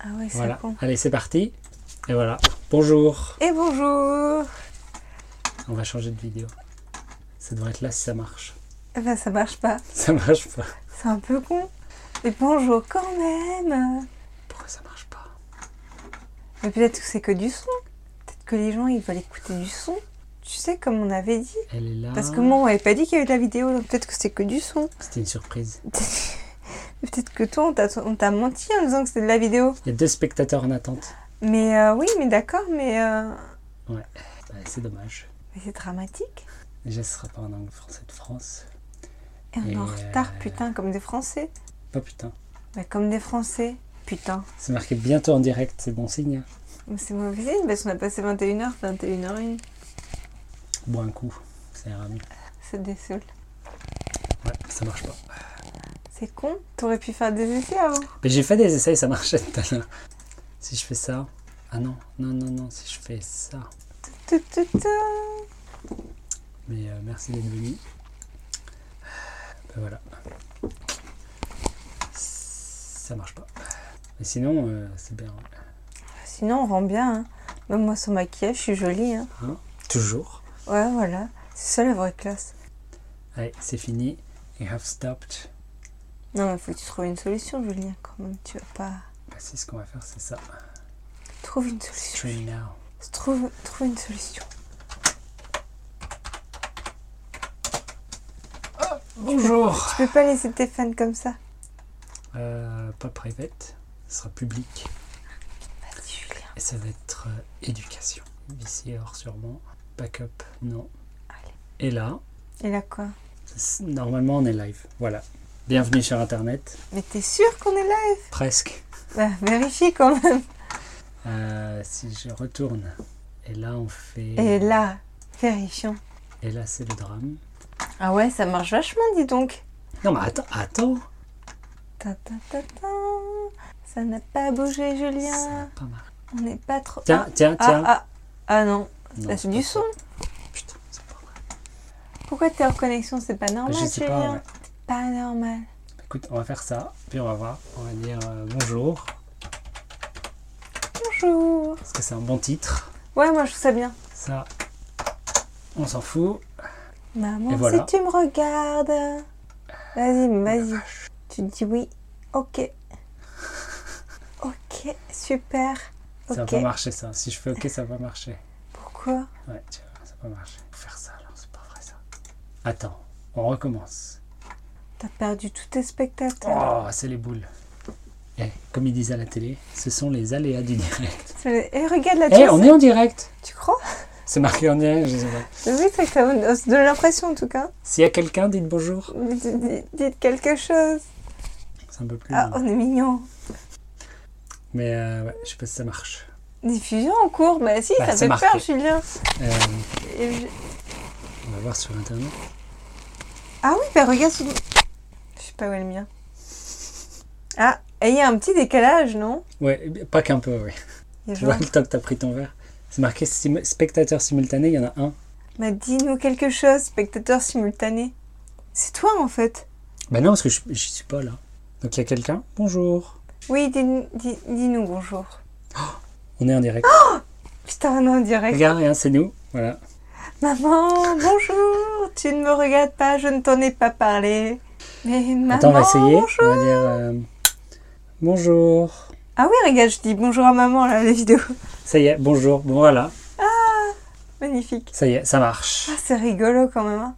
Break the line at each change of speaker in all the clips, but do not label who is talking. Ah ouais, c'est
Voilà.
con.
Allez, c'est parti. Et voilà. Bonjour.
Et bonjour
On va changer de vidéo. Ça devrait être là si ça marche.
Eh ben ça marche pas.
Ça marche pas.
C'est un peu con. Et bonjour quand même
Pourquoi ça marche pas
Mais peut-être que c'est que du son. Peut-être que les gens ils veulent écouter du son. Tu sais, comme on avait dit.
Elle est là.
Parce que moi on m'avait pas dit qu'il y avait de la vidéo, donc peut-être que c'est que du son.
C'était une surprise.
Mais Peut-être que toi on t'a- on t'a menti en disant que c'était de la vidéo.
Il y a deux spectateurs en attente.
Mais euh, oui, mais d'accord, mais, euh,
Bah, c'est dommage.
mais c'est dramatique.
Déjà, ce sera pas en langue française de France.
Et on est en
Et, euh,
retard, putain, comme des Français.
Pas putain.
Mais comme des Français, putain.
C'est marqué bientôt en direct, c'est bon signe.
Mais C'est mauvais signe parce qu'on a passé 21h, 21h01.
Bois un coup, ça ira mieux.
Ça te désole.
Ouais, ça marche pas.
C'est con. T'aurais pu faire des essais avant.
Mais j'ai fait des essais, ça marchait tout à l'heure. Si je fais ça. Ah non, non, non, non, si je fais ça.
Tout, tout, tout.
Mais euh, merci d'être venu. Ben voilà. Ça marche pas. Mais sinon, euh, c'est bien.
Sinon, on rend bien. hein. Même moi, sans maquillage, je suis jolie. hein.
Toujours.
Ouais, voilà. C'est ça la vraie classe.
Allez, c'est fini. You have stopped.
Non, mais faut que tu trouves une solution, Julien, quand même. Tu vas pas.
Bah, si, ce qu'on va faire, c'est ça.
Trouve une solution.
Stream now.
Trouve, trouve une solution.
Bonjour.
Tu peux pas laisser tes fans comme ça.
Euh, pas private, ce sera public.
Vas-y, Julien.
Et ça va être euh, éducation. VCR sûrement. Backup, non.
Allez.
Et là,
Et là, quoi
c'est- normalement on est live. Voilà. Bienvenue sur Internet.
Mais t'es sûr qu'on est live
Presque.
Bah, vérifie quand même.
Euh, si je retourne. Et là on fait...
Et là, vérifions.
Et là c'est le drame.
Ah ouais, ça marche vachement, dis donc.
Non mais attends, attends.
Ta, ta, ta, ta. Ça n'a pas bougé,
Ça va
Julien.
pas marcher.
On n'est pas trop.
Tiens, tiens,
ah,
tiens.
ah, ah non,
Non,
là c'est du
pas
son.
ça. Putain, c'est pas vrai.
Pourquoi t'es hors connexion C'est pas normal,
je sais pas.
Julien.
ouais.
Pas normal.
Bah, Écoute, on va faire ça. Puis on va voir. On va dire euh, bonjour.
Bonjour.
Parce que c'est un bon titre.
Ouais, moi je trouve ça bien.
Ça, on s'en fout.
Maman,
Et voilà. Oh
si tu me regardes, vas-y, vas-y. Tu dis oui. Ok. Ok, super.
Ça
Ok.
va pas marcher ça. Si je fais OK, ça va pas marcher.
Pourquoi
Ouais, tu vois, ça va pas marcher. Faut faire ça alors, c'est pas vrai ça. Attends, on recommence.
T'as perdu tous tes spectateurs.
Oh, c'est les boules. Eh, comme ils disent à la télé, ce sont les aléas du direct.
Et regarde la
Eh, on est en direct
Tu crois
C'est marqué en direct, je sais pas.
Oui, c'est que ça me donne l'impression en tout cas.
S'il y a quelqu'un, dites bonjour.
D- d- Dites quelque chose.
C'est un peu plus
Ah,
long.
on est mignon.
Mais euh, ouais, je sais pas si ça marche.
Diffusion en cours, bah si,
Bah,
ça
c'est
fait peur,
marqué.
Julien.
Euh,
Et je-
on va voir sur internet.
Ah oui, bah regarde sous- Je sais pas où est le mien. Ah, et il y a un petit décalage, non
Ouais, pas qu'un peu, ouais.
Il y a
Tu vois,
genre...
le temps que t'as pris ton verre. C'est marqué sim- spectateur simultané, il y en a un.
Bah dis-nous quelque chose, spectateur simultané. C'est toi en fait.
Bah non, parce que je j'y suis pas là. Donc il y a quelqu'un. Bonjour.
Oui, dis-nous dis- dis-nous bonjour.
On est en direct.
Ah. Putain, non, direct.
Regarde, hein, c'est nous. Voilà.
Maman, bonjour. Tu ne me regardes pas, je ne t'en ai pas parlé. Mais maman,
Attends, on va essayer.
bonjour.
On va dire euh, bonjour.
Ah oui, regarde, je dis bonjour à maman là, les vidéos.
Ça y est, bonjour. Bon, voilà.
Magnifique.
Ça y est, ça marche.
Ah, c'est rigolo quand même. hein.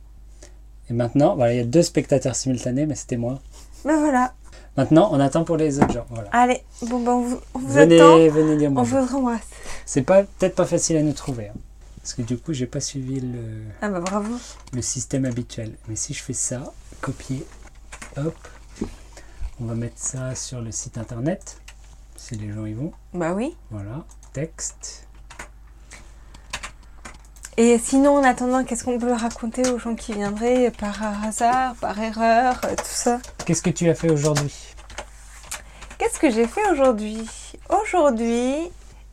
Et maintenant, voilà, il y a deux spectateurs simultanés, mais c'était moi.
Ben voilà.
Maintenant, on attend pour les autres gens. Voilà.
Allez, bon ben on vous, on vous
venez,
attend.
venez dire
On vous
bonjour.
embrasse.
C'est pas peut-être pas facile à nous trouver. hein. Parce que du coup, j'ai pas suivi le,
Ah bah bravo.
le système habituel. Mais si je fais ça, copier, hop, on va mettre ça sur le site internet, si les gens y vont.
Bah oui.
Voilà, texte.
Et sinon, en attendant, qu'est-ce qu'on peut raconter aux gens qui viendraient par hasard, par erreur, euh, tout ça
Qu'est-ce que tu as fait aujourd'hui
Qu'est-ce que j'ai fait aujourd'hui Aujourd'hui,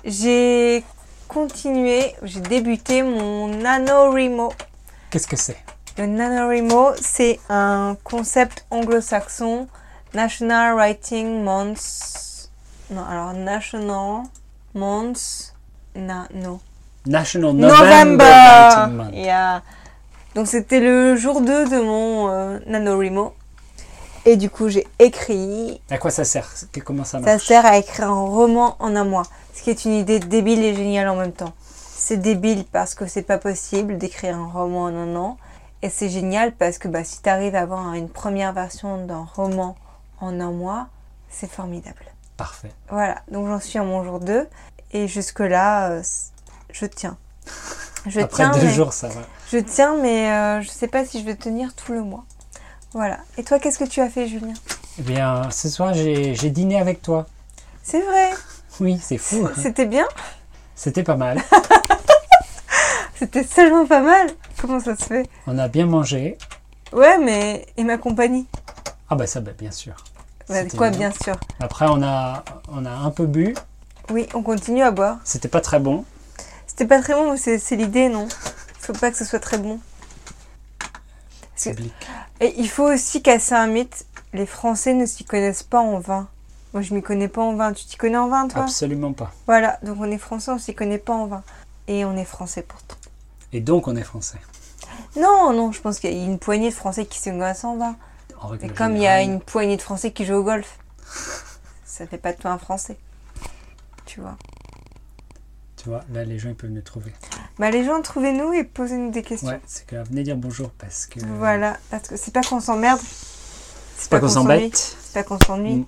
j'ai continué, j'ai débuté mon NaNoWriMo.
Qu'est-ce que c'est
Le NaNoWriMo, c'est un concept anglo-saxon, National Writing Month, Non, alors National Months. Na, no.
National November,
November!
Writing Month.
Yeah. Donc c'était le jour 2 de mon euh, NaNoWriMo. Et du coup, j'ai écrit.
À quoi ça sert Que- Comment ça
Ça
marche
sert à écrire un roman en un mois. Ce qui est une idée débile et géniale en même temps. C'est débile parce que c'est pas possible d'écrire un roman en un an. Et c'est génial parce que bah, si t'arrives à avoir une première version d'un roman en un mois, c'est formidable.
Parfait.
Voilà, donc j'en suis à mon jour 2 et jusque-là, euh, c- je tiens. Je
Après
tiens,
deux
mais,
jours, ça va.
je tiens, mais euh, je sais pas si je vais tenir tout le mois. Voilà. Et toi, qu'est-ce que tu as fait, Julien
Eh bien, ce soir, j'ai j'ai dîné avec toi.
C'est vrai,
Oui, c'est fou. hein.
c'était bien,
C'était pas mal.
c'était seulement pas mal. Comment ça se fait
On a bien mangé.
Ouais, mais. Et ma compagnie
Ah bah ça, bah, bien sûr.
Bah,
C'était
Quoi, bien sûr
Après, on a, on a un peu bu.
Oui, on continue à boire.
C'était pas très bon.
C'était pas très bon, mais c'est c'est l'idée, non Faut pas que ce soit très bon. C'est-
Public.
Et il faut aussi casser un mythe les Français ne s'y connaissent pas en vin. Moi, je m'y connais pas en vin. Tu t'y connais en vin, toi
Absolument pas.
Voilà, donc on est français, on s'y connaît pas en vin. Et on est français pourtant.
Et donc, on est français.
Non, non, je pense qu'il y a une poignée de français qui se connaissent en vin.
En règle
Et comme il y a
générale.
une poignée de français qui joue au golf, ça fait pas de toi un français. Tu vois.
Tu vois, là, les gens, ils peuvent nous trouver.
Bah, les gens, trouvez-nous et posez-nous des questions.
Ouais, c'est que venez dire bonjour parce que...
Voilà, parce que c'est pas qu'on s'emmerde. C'est
Pas qu'on
s'ennuie.
s'embête.
C'est pas qu'on s'ennuie.
Mm.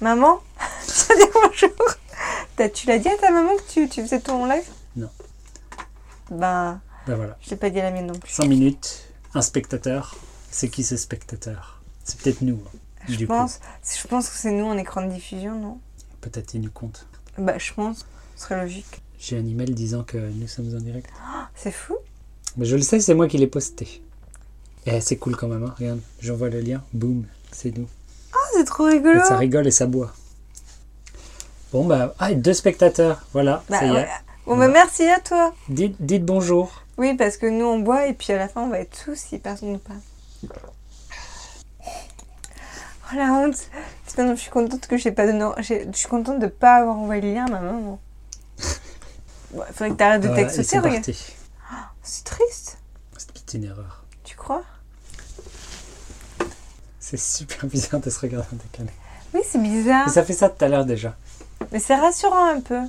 Maman, je dis bonjour. T'as- tu l'as dit à ta maman que tu, tu faisais ton live
Non.
Ben,
Ben voilà.
je l'ai pas dit à la mienne non plus.
5 minutes, un spectateur. C'est qui ce spectateur C'est peut-être nous. hein,
Je
du coup.
pense, je pense que c'est nous en écran de diffusion, non
Peut-être ils nous comptent.
Bah, je pense. Ce serait logique.
J'ai un email disant que nous sommes en direct.
C'est fou.
Mais je le sais, c'est moi qui l'ai posté. Eh, c'est cool quand même, hein. regarde. J'envoie le lien, boum, c'est nous.
Ah, c'est trop
Et
rigolo.
ça rigole et ça boit. Bon, bah, ah, et deux spectateurs, voilà,
Bah,
ça y est.
ouais. Bon, bah,
Ouais.
merci à toi.
Dites, dites bonjour.
Oui, parce que nous, on boit et puis à la fin, on va être tous si personne ne parle. Oh la honte. Putain, non, je suis contente que j'ai pas donné. j'ai- Je suis contente de pas avoir envoyé le lien à ma maman. Bon, faudrait que t'arrêtes de
Voilà, Ah, et
textoter,
c'est
regarde.
parti.
C'est triste,
C'était une erreur.
tu crois
C'est super bizarre de se regarder en décalé.
Oui, c'est bizarre.
Mais ça fait ça tout à l'heure déjà.
Mais c'est rassurant un peu.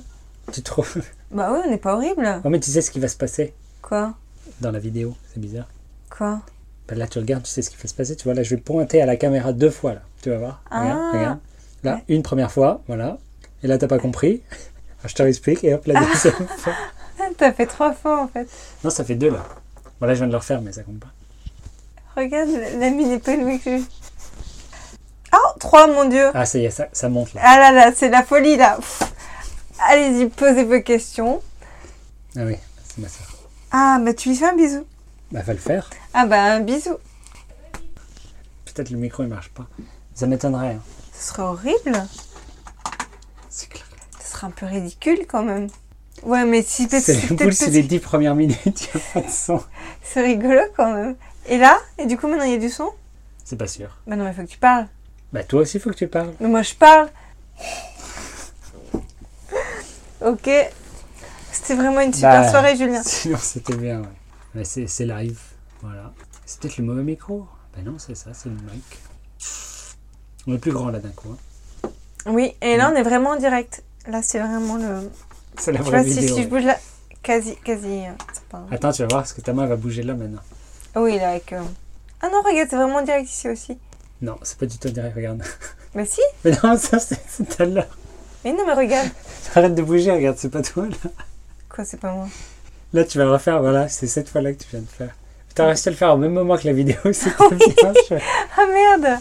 Tu trouves
Bah oui, on n'est pas horrible.
Ouais, mais tu sais ce qui va se passer
Quoi
dans la vidéo. C'est bizarre.
Quoi
Bah, là, tu regardes, tu sais ce qui va se passer. Tu vois, là, je vais pointer à la caméra deux fois. Là. Tu vas voir. Regarde,
Ah.
regarde. Là, une première fois, voilà. Et là, t'as pas compris. Alors, je te réexplique. Et hop, la deuxième fois.
Ah, T'as fait trois fois en fait.
Non, ça fait deux là. Voilà, je viens de le refaire, mais ça compte pas.
Regarde la la mine épanouie que j'ai. Oh, trois, mon dieu
Ah, ça y est, ça, ça monte là.
Ah là là, c'est la folie là Pff. Allez-y, posez vos questions.
Ah oui, c'est ma soeur.
Ah, bah tu lui fais un bisou.
Bah, va le faire.
Ah bah un bisou.
Peut-être le micro, il marche pas. Ça m'étonnerait. hein.
Ce serait horrible.
C'est clair.
Ce serait un peu ridicule quand même. Ouais, mais si
C'est les boules, c'est
peut-être-
les dix premières minutes. Il n'y a pas de son.
C'est rigolo quand même. Et là Et du coup, maintenant il y a du son
C'est pas sûr.
Bah non, il faut que tu parles.
Bah toi aussi, faut que tu parles.
Mais moi je parle. ok. C'était vraiment une super
Bah.
soirée, Julien.
Sinon, c'était bien, ouais. Mais c'est c'est live, voilà. C'est peut-être le mauvais micro. Ben non, c'est ça, c'est le mic. On est plus grand là d'un coup. hein.
Oui, et
Mm.
là on est vraiment en direct. Là c'est vraiment le.
C'est Ah, la
Tu
vraie
vois, si,
vidéo.
si je
ouais.
bouge là. Quasi, quasi. euh, c'est pas-
Attends, tu vas voir, parce que ta main va bouger là maintenant.
Ah Oui, là, avec. euh, Ah non, regarde, c'est vraiment direct ici aussi.
Non, c'est pas du tout direct, regarde.
Mais si
Mais non, ça c'est c'est tout à l'heure.
Mais non, mais regarde
Arrête de bouger, regarde, c'est pas toi là.
Quoi, c'est pas moi
Là, tu vas le refaire, voilà, c'est cette fois-là que tu viens de faire. T'as réussi à le faire au même moment que la vidéo, c'était bien. chouette.
Ah merde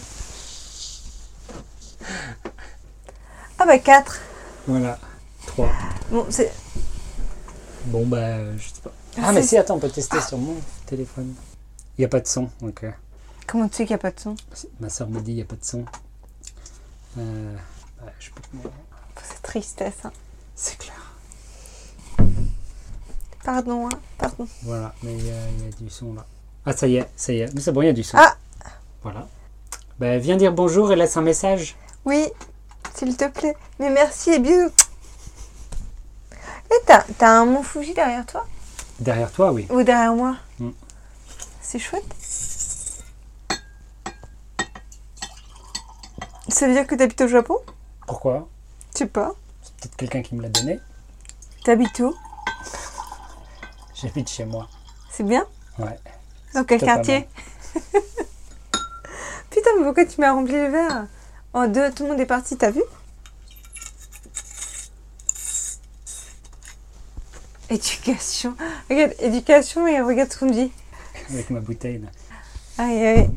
Ah bah 4
Voilà, 3.
Bon, c'est.
Bon, bah, euh, je sais pas.
Ah,
Ah, mais
c'est-
si, attends, on peut tester sur mon téléphone. Il n'y a pas de son, donc. euh,
Comment tu sais qu'il n'y a pas de son
Ma soeur me dit, il n'y a pas de son. Euh, bah, je peux...
C'est tristesse, hein.
C'est clair.
Pardon, hein. Pardon.
Voilà, mais il y, a- il y a du son là. Ah, ça y est, ça y est. Mais c'est bon, il y a du son.
Ah
Voilà. Bah, viens dire bonjour et laisse un message.
Oui s'il te plaît. Mais merci et bisous. Et t'as, t'as un mont Fuji derrière toi
Derrière toi, oui.
Ou derrière moi
Mm.
C'est chouette. Ça veut dire que t'habites au Japon
Pourquoi
Je sais pas.
C'est peut-être quelqu'un qui me l'a donné.
T'habites où
J'habite chez moi.
C'est bien
Ouais.
Dans quel
Plutôt pas
quartier Putain, mais pourquoi tu m'as rempli le verre En deux, tout le monde est parti, t'as vu Éducation. Regarde, éducation et regarde ce qu'on dit.
Avec ma bouteille, là.
Aïe, aïe.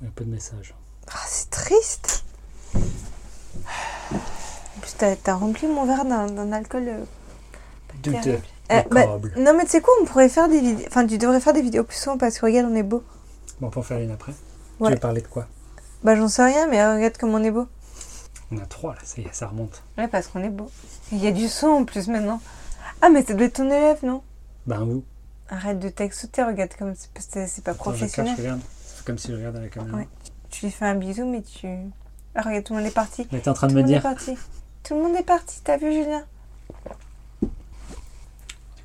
Il n'y a pas de message.
Ah, c'est triste. En plus, t'as, t'as rempli mon verre d'un, d'un alcool. euh,
Douteux.
terrible. Euh, bah,
Microbe.
non, mais tu sais quoi, on pourrait faire des vidéos. Enfin, tu devrais faire des vidéos plus souvent parce que regarde, on est beau.
Bon, pour faire une après.
Ouais.
Tu veux parler de quoi
Bah, j'en sais rien, mais regarde comme on est beau.
On a trois, là. Ça y est, ça remonte.
Ouais, parce qu'on est beau. Il y a du son en plus maintenant. Ah, mais ça doit être ton élève, non
Ben, où
Arrête de t'exauter, regarde comme c'est- c'est c'est pas
Attends, je cache,
professionnel.
regarde. C'est comme si je regardais la caméra.
Ouais. Tu lui fais un bisou, mais tu. Ah, regarde, tout le monde est parti.
Mais t'es en train
Tout
de
le
me
monde est
dire
parti. Tout le monde est parti, t'as vu, Julien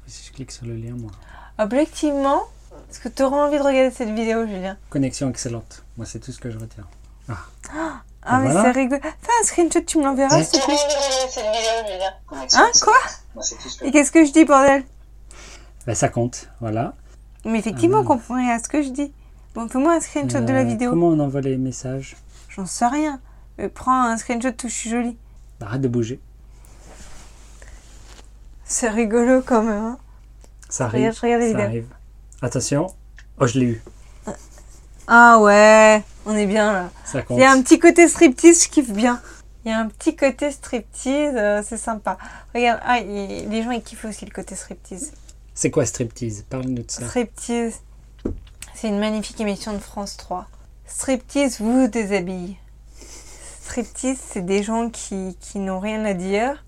Si je clique sur le lien, moi.
Objectivement, est-ce que t'auras envie de regarder cette vidéo, Julien
Connexion excellente. Moi, c'est tout ce que je retiens.
Ah, mais
Voilà.
c'est rigolo. Fais un screenshot, tu me l'enverras,
Ouais.
s'il te plaît.
C'est une vidéo, je veux dire.
Hein Quoi
Moi, c'est tout ce que
Et qu'est-ce que je dis, bordel
Ben, ça compte. Voilà.
Mais effectivement,
Ah,
on comprend rien à ce que je dis. Bon, fais-moi un screenshot de la
Euh,
vidéo.
Comment on envoie les messages
J'en sais rien. Euh, Prends un screenshot où je suis jolie.
Bah, Arrête de bouger.
C'est rigolo quand même. hein.
Ça
Regarde,
arrive.
je regarde les
ça
vidéos.
arrive. Attention. Oh, je l'ai eu.
Ah ouais, on est bien là.
Ça compte.
Il y a un petit côté striptease, je kiffe bien. Il y a un petit côté striptease, euh, c'est sympa. Regarde, ah, il- les gens ils kiffent aussi le côté striptease.
C'est quoi striptease Parle-nous de ça.
Striptease, c'est une magnifique émission de France 3. Striptease vous déshabille. Striptease, c'est des gens qui, qui n'ont rien à dire,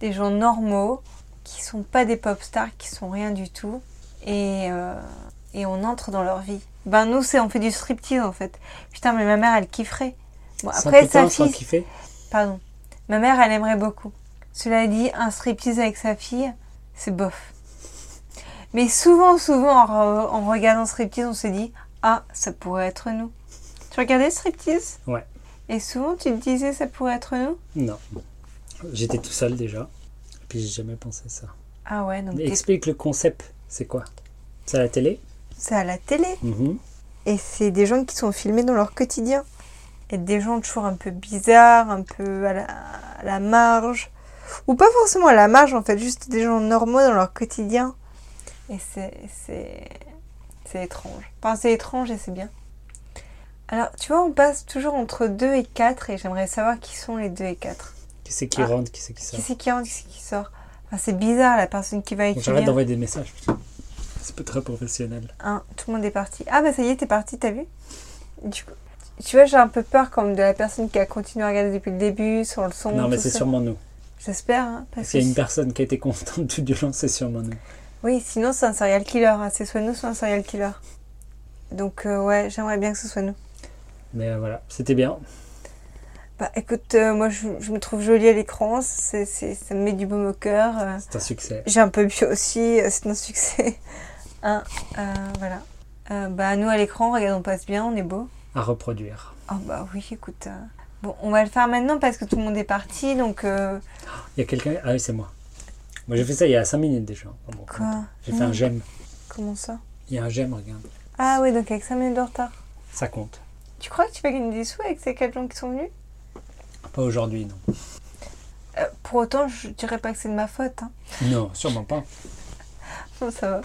des gens normaux, qui sont pas des pop stars, qui sont rien du tout, et, euh, et on entre dans leur vie. Ben nous, c'est on fait du striptease en fait. Putain, mais ma mère, elle kifferait. Bon,
Sans
après,
putain,
sa
sans
fille,
kiffer.
Pardon. Ma mère, elle aimerait beaucoup. Cela dit, un striptease avec sa fille, c'est bof. Mais souvent, souvent, en, re- en regardant striptease, on se dit Ah, ça pourrait être nous. Tu regardais striptease
Ouais.
Et souvent, tu te disais Ça pourrait être nous
Non. J'étais tout seul déjà. Et puis j'ai jamais pensé ça.
Ah ouais, donc
Mais
t'es-
Explique le concept. C'est quoi C'est à la télé Mm-hmm.
c'est à la télé. Et c'est des gens qui sont filmés dans leur quotidien. Et des gens toujours un peu bizarres, un peu à la, à la marge. Ou pas forcément à la marge, en fait, juste des gens normaux dans leur quotidien. Et c'est. C'est c'est étrange. Enfin, c'est étrange et c'est bien. Alors, tu vois, on passe toujours entre 2 et 4 et j'aimerais savoir qui sont les 2 et 4.
Qui c'est qui
Ah.
rentre Qui c'est qui
Qui
sort
c'est qui rentre, qui c'est qui sort Enfin, c'est bizarre la personne qui va
Bon,
écrire.
J'arrête d'envoyer des messages. putain. C'est pas très professionnel.
Hein, tout le monde est parti. Ah bah ça y est, t'es parti, t'as vu du coup, Tu vois, j'ai un peu peur comme de la personne qui a continué à regarder depuis le début, sans le son.
non, mais
Ah tout
c'est
ça.
sûrement nous.
J'espère, hein, parce que
S'il y a une personne qui a été constante tout du long, c'est sûrement nous.
oui, sinon c'est un serial killer. hein. C'est soit nous, soit un serial killer. Donc euh, ouais, j'aimerais bien que ce soit nous.
Mais euh, voilà, c'était bien.
Bah écoute, euh, moi je, je me trouve jolie à l'écran, c'est, c'est- ça me met du baume au cœur. euh.
C'est un succès.
J'ai un peu bu aussi, euh, c'est un succès. Hein, euh, voilà. Euh, bah nous à l'écran, regarde, on passe bien, on est beau.
À reproduire.
Ah bah oui, écoute. euh, Bon, on va le faire maintenant parce que tout le monde est parti, donc euh,
Il y a quelqu'un. Ah oui, c'est moi. Moi, j'ai fait ça il y a 5 minutes déjà. Enfin, bon,
quoi
J'ai fait un
Non.
j'aime.
Comment ça
Il y a un j'aime, regarde.
Ah oui, donc avec 5 minutes de retard.
Ça compte.
Tu crois que tu vas gagner des sous avec ces 4 gens qui sont venus
Pas aujourd'hui, non.
Euh, Pour autant, je dirais pas que c'est de ma faute. Hein.
Non, sûrement pas.
Non, ça va.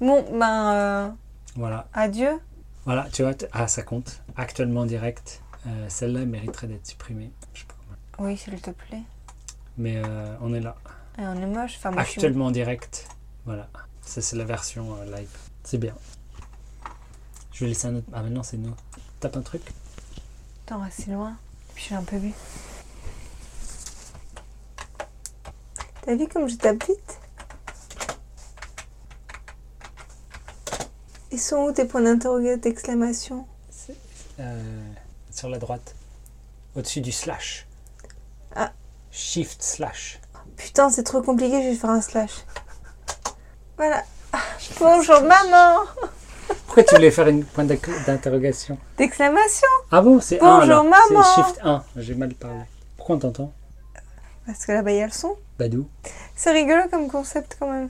Bon, ben, euh,
Voilà.
adieu.
Voilà, tu vois. t- Ah, ça compte. Actuellement direct. Euh, Celle-là mériterait d'être supprimée. Je sais pas comment.
Oui, s'il te plaît.
Mais euh, on est là.
Et on est moche. Enfin, moi, Ah, je suis-
Actuellement direct. Voilà. Ça, c'est la version euh, live. C'est bien. Je vais laisser un autre. Ah, maintenant, c'est nous. Tape un truc.
Attends, reste si loin. Puis j'ai un peu bu. T'as vu comme je tape vite Ils sont où tes points d'interrogation, d'exclamation
Euh, sur la droite. au-dessus du slash.
Ah.
Shift slash.
Putain, c'est trop compliqué, je vais faire un slash. Voilà. Ah, Bonjour maman
Pourquoi tu voulais faire une point d'ac- d'interrogation
D'exclamation
Ah bon, c'est
Bonjour,
1 alors.
maman.
C'est shift 1. J'ai mal parlé. Pourquoi on t'entend
Parce que là-bas, il y a le son.
Badou
C'est rigolo comme concept quand même.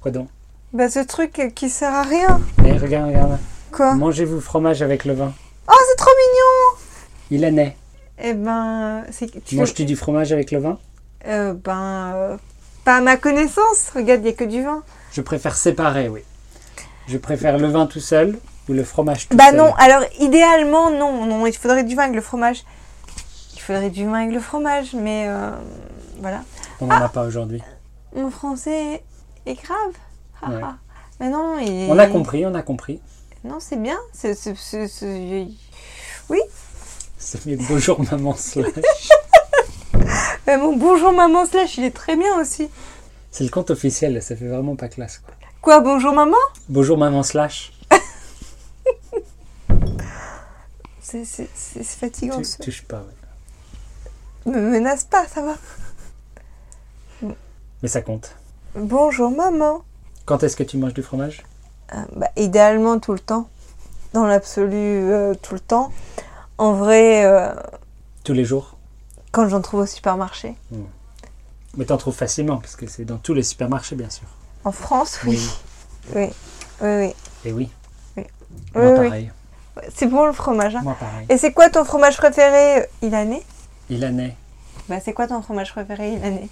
Quoi donc
Bah ce truc euh, qui sert à rien.
Eh, regarde, regarde.
Quoi
Mangez-vous le fromage avec le vin.
Oh, c'est trop mignon
Il en est.
Eh ben, euh, c'est... Tu
Manges-tu du fromage avec le vin
Euh, ben... euh, pas à ma connaissance. Regarde, il n'y a que du vin.
Je préfère séparer, oui. Je préfère le vin tout seul ou le fromage tout
bah
seul.
non, alors idéalement, non, non. Il faudrait du vin avec le fromage. Il faudrait du vin avec le fromage, mais... euh, voilà.
On n'en a pas aujourd'hui.
Mon français est grave. Ah,
Ouais.
ah. Mais non, il...
On a compris, on a compris.
Non, c'est bien. C'est- c'est- c'est- c'est-
C'est mieux que bonjour maman slash.
Mais mon bonjour maman slash, il est très bien aussi.
C'est le compte officiel, ça fait vraiment pas classe. Quoi.
Quoi, bonjour maman
Bonjour maman slash.
C'est c'est- c'est- c'est fatigant.
Tu
ce-
touches pas. ouais.
Me menace pas, ça va.
Mais ça compte.
Bonjour maman.
Quand est-ce que tu manges du fromage
Euh, bah, idéalement tout le temps. Dans l'absolu, euh, tout le temps. En vrai, euh,
Tous les jours.
quand j'en trouve au supermarché.
Mais t'en trouves facilement parce que c'est dans tous les supermarchés bien sûr.
En France, oui. Oui, oui.
Et oui.
Oui.
Moi
Oui, oui.
pareil.
Ouais, C'est bon le fromage. hein.
Moi pareil.
Et c'est quoi ton fromage préféré, euh, Ilané
Il en est.
Bah, c'est quoi ton fromage préféré, Ilané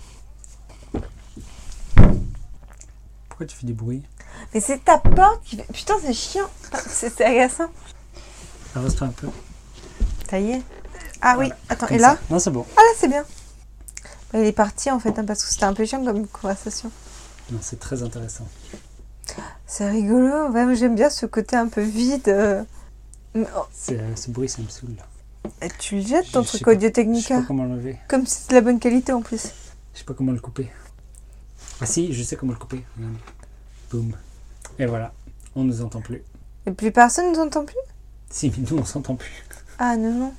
Pourquoi tu fais du bruit
Mais c'est ta porte qui fait- Putain, c'est chiant. C'est c'est agaçant.
Avance-toi un peu.
Ça y est. Ah oui,
Voilà,
attends,
Comme
et là
ça. Non, c'est bon.
Ah là, c'est bien. Bah, il est parti en fait, hein, parce que c'était un peu chiant comme conversation.
Non, c'est très intéressant.
C'est rigolo, ouais, moi, j'aime bien ce côté un peu vide. euh. Mais, oh,
C'est- euh, ce bruit, ça me saoule. là.
tu le jettes ton
Je sais
truc
pas-
Audio
Je sais
Technica,
pas comment l'enlever.
comme si c'était de la bonne qualité en plus.
Je sais pas comment le couper. Ah si, je sais comment le couper. Regarde. Boum. Et voilà. On nous entend plus.
Et puis personne ne nous entend plus
Si, mais nous, on s'entend plus.
Ah non, non.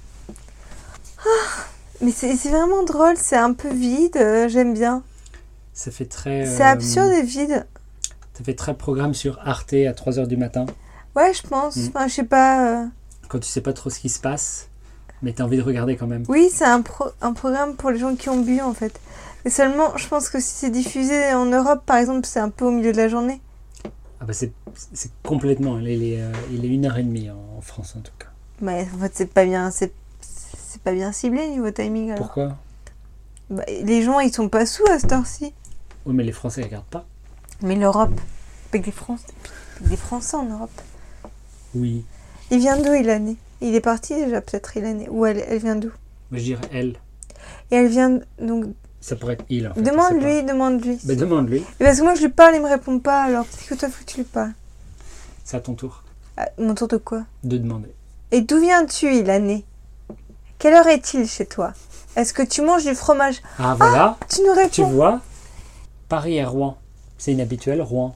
Ah, mais c'est c'est vraiment drôle, c'est un peu vide, euh, j'aime bien.
Ça fait très.
C'est
euh,
absurde et vide.
Ça fait très programme sur Arte à 3h du matin.
Ouais, je pense.
Mm.
Enfin, je sais pas. euh,
Quand tu sais pas trop ce qui se passe, mais t'as envie de regarder quand même.
Oui, c'est un, pro- un programme pour les gens qui ont bu en fait. Et seulement, je pense que si c'est diffusé en Europe, par exemple, c'est un peu au milieu de la journée.
Ah bah c'est c'est complètement. Il est, il est, euh, il est une heure et demie en, en France en tout cas.
Mais en fait, c'est pas bien, c'est c'est pas bien ciblé niveau timing. Alors.
Pourquoi
Bah, les gens, ils sont pas sous à cette heure-ci.
Oui, Oh, mais les Français regardent pas.
Mais l'Europe, avec des Français, des Français en Europe.
Oui.
Il vient d'où il année Il est parti déjà peut-être il année. Ou elle, elle vient d'où
Moi je dirais elle.
Et elle vient d- donc
Ça pourrait être il en fait. je sais
demande-lui, demande-lui.
pas. Bah demande-lui.
Et Parce que moi, je lui parle, il me répond pas. Alors peut-être que toi, faut que tu lui parles.
C'est à ton tour
Ah, mon tour de quoi
de demander.
Et d'où viens-tu, il année Quelle heure est-il chez toi Est-ce que tu manges du fromage
Ah voilà,
Tu nous
tu
réponds.
vois, Paris à Rouen. C'est inhabituel, Rouen.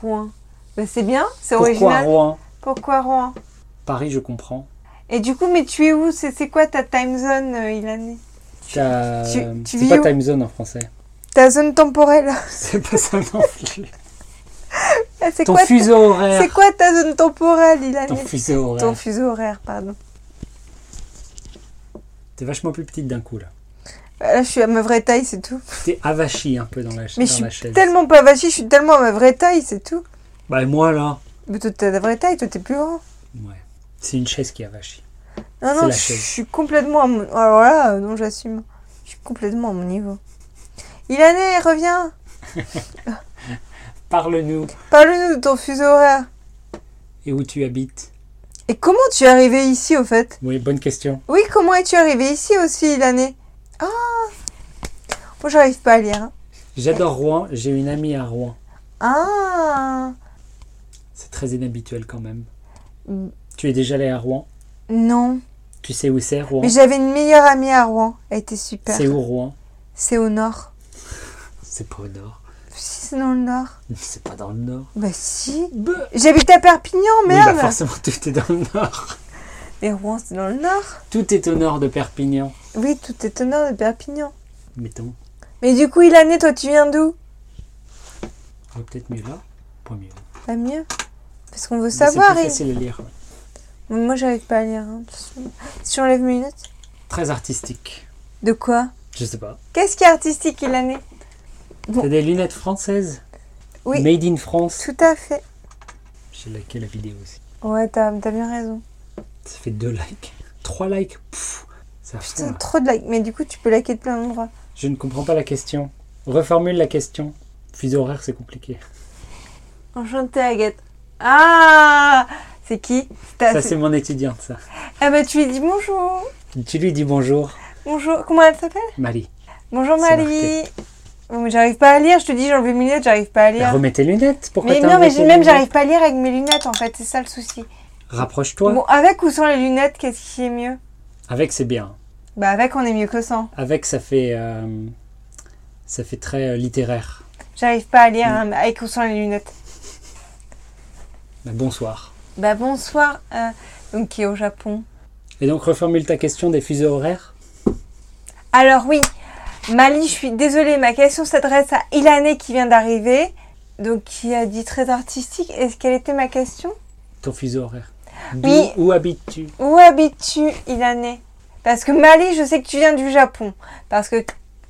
Rouen. Bah, c'est bien, c'est
Pourquoi
original.
Rouen
Pourquoi Rouen
Paris, je comprends.
Et du coup, mais tu es où C'est c'est quoi ta time zone, euh, Ilani
T'as-
tu-
C'est
tu vis
pas
où
time zone en français.
Ta zone temporelle
C'est pas ça non plus.
Ah, C'est
Ton
quoi, ta-
fuseau
c'est
horaire.
quoi ta zone temporelle, Ilani
Ton fuseau
Ton
horaire.
fuseau horaire, pardon.
T'es vachement plus petite d'un coup là.
Bah, Là, je suis à ma vraie taille, c'est tout.
T'es avachi un peu dans
Mais
la, dans
je suis
la chaise.
tellement pas vachie, je suis tellement à ma vraie taille, c'est tout.
Bah et moi là.
Mais toi, t'as ta vraie taille, toi, t'es plus grand.
Ouais. C'est une chaise qui avachie.
Non,
C'est
non,
la
je
chaise.
je suis complètement à mon... Alors là, euh, non, j'assume. Je suis complètement à mon niveau. Ilané, reviens
Parle-nous.
Parle-nous de ton fuseau horaire.
Et où tu habites
Et comment tu es arrivé ici, au fait
Oui, bonne question.
Oui, comment es-tu arrivé ici aussi, Ilané Ah Moi, j'arrive pas à lire. hein.
J'adore Rouen. J'ai une amie à Rouen.
Ah
C'est très inhabituel quand même.
Mm.
Tu es déjà allé à Rouen
Non.
Tu sais où c'est Rouen
Mais j'avais une meilleure amie à Rouen. Elle était super.
C'est où Rouen
C'est au nord.
C'est pas au nord.
Si, c'est dans le nord.
C'est pas dans le nord.
Bah si.
Bah,
J'habite à Perpignan,
oui, bah
merde
forcément, tout est dans le nord.
Mais Rouen, c'est dans le nord.
Tout est au nord de Perpignan,
Oui, tout est au nord de Perpignan.
mettons.
Mais du coup, Ilané, toi, tu viens d'où
On va peut-être mieux là. Pas mieux.
Pas mieux. Parce qu'on veut
C'est plus
savoir. il-
facile à lire.
Moi, j'arrive pas à lire. hein, de toute façon. Si j'enlève mes lunettes.
Très artistique.
De quoi
Je sais pas.
Qu'est-ce qui est artistique, Ilané
T'as des lunettes françaises
Oui,
Made in France.
tout à fait.
J'ai liké la vidéo aussi.
Ouais, t'as t'as bien raison.
Ça fait deux likes. Trois likes Pfff. Ça
Putain,
fond, là.
trop de likes. Mais du coup, tu peux liker de plein d'endroits.
Je ne comprends pas la question. Reformule la question. Fuseau horaire, c'est compliqué.
Enchantée, Agathe. Ah C'est qui C'est ta-
Ça,
Ah, c'est-
c'est mon étudiante, ça.
Ah bah, tu lui dis bonjour.
Tu lui dis bonjour,
Bonjour. Comment elle s'appelle
Marie.
Bonjour,
C'est
Marie. Oh, mais J'arrive pas à lire. Je te dis, j'enlève mes lunettes, j'arrive pas à
Mais
lire.
Remets tes lunettes. Pourquoi
Mais
t'as
non, mais
enlevé tes
même
lunettes
j'arrive pas à lire avec mes lunettes en fait, c'est ça le souci.
Rapproche-toi.
Bon, avec ou sans les lunettes, qu'est-ce qui est mieux
Avec, c'est bien.
Bah avec on est mieux que sans.
Avec, ça fait, euh, ça fait très euh, littéraire.
J'arrive pas à
Mm.
lire hein, mais avec ou sans les lunettes.
Bah, bonsoir.
Bah bonsoir, euh, donc qui est au Japon.
Et donc, reformule ta question des fuseaux horaires.
Alors oui, Mali, je suis désolée, ma question s'adresse à Ilané qui vient d'arriver, donc qui a dit très artistique. Est-ce quelle était ma question
Ton fuseau horaire. D'où-
Oui.
Où habites-tu
Où habites-tu, Ilané Parce que Mali, je sais que tu viens du Japon, parce que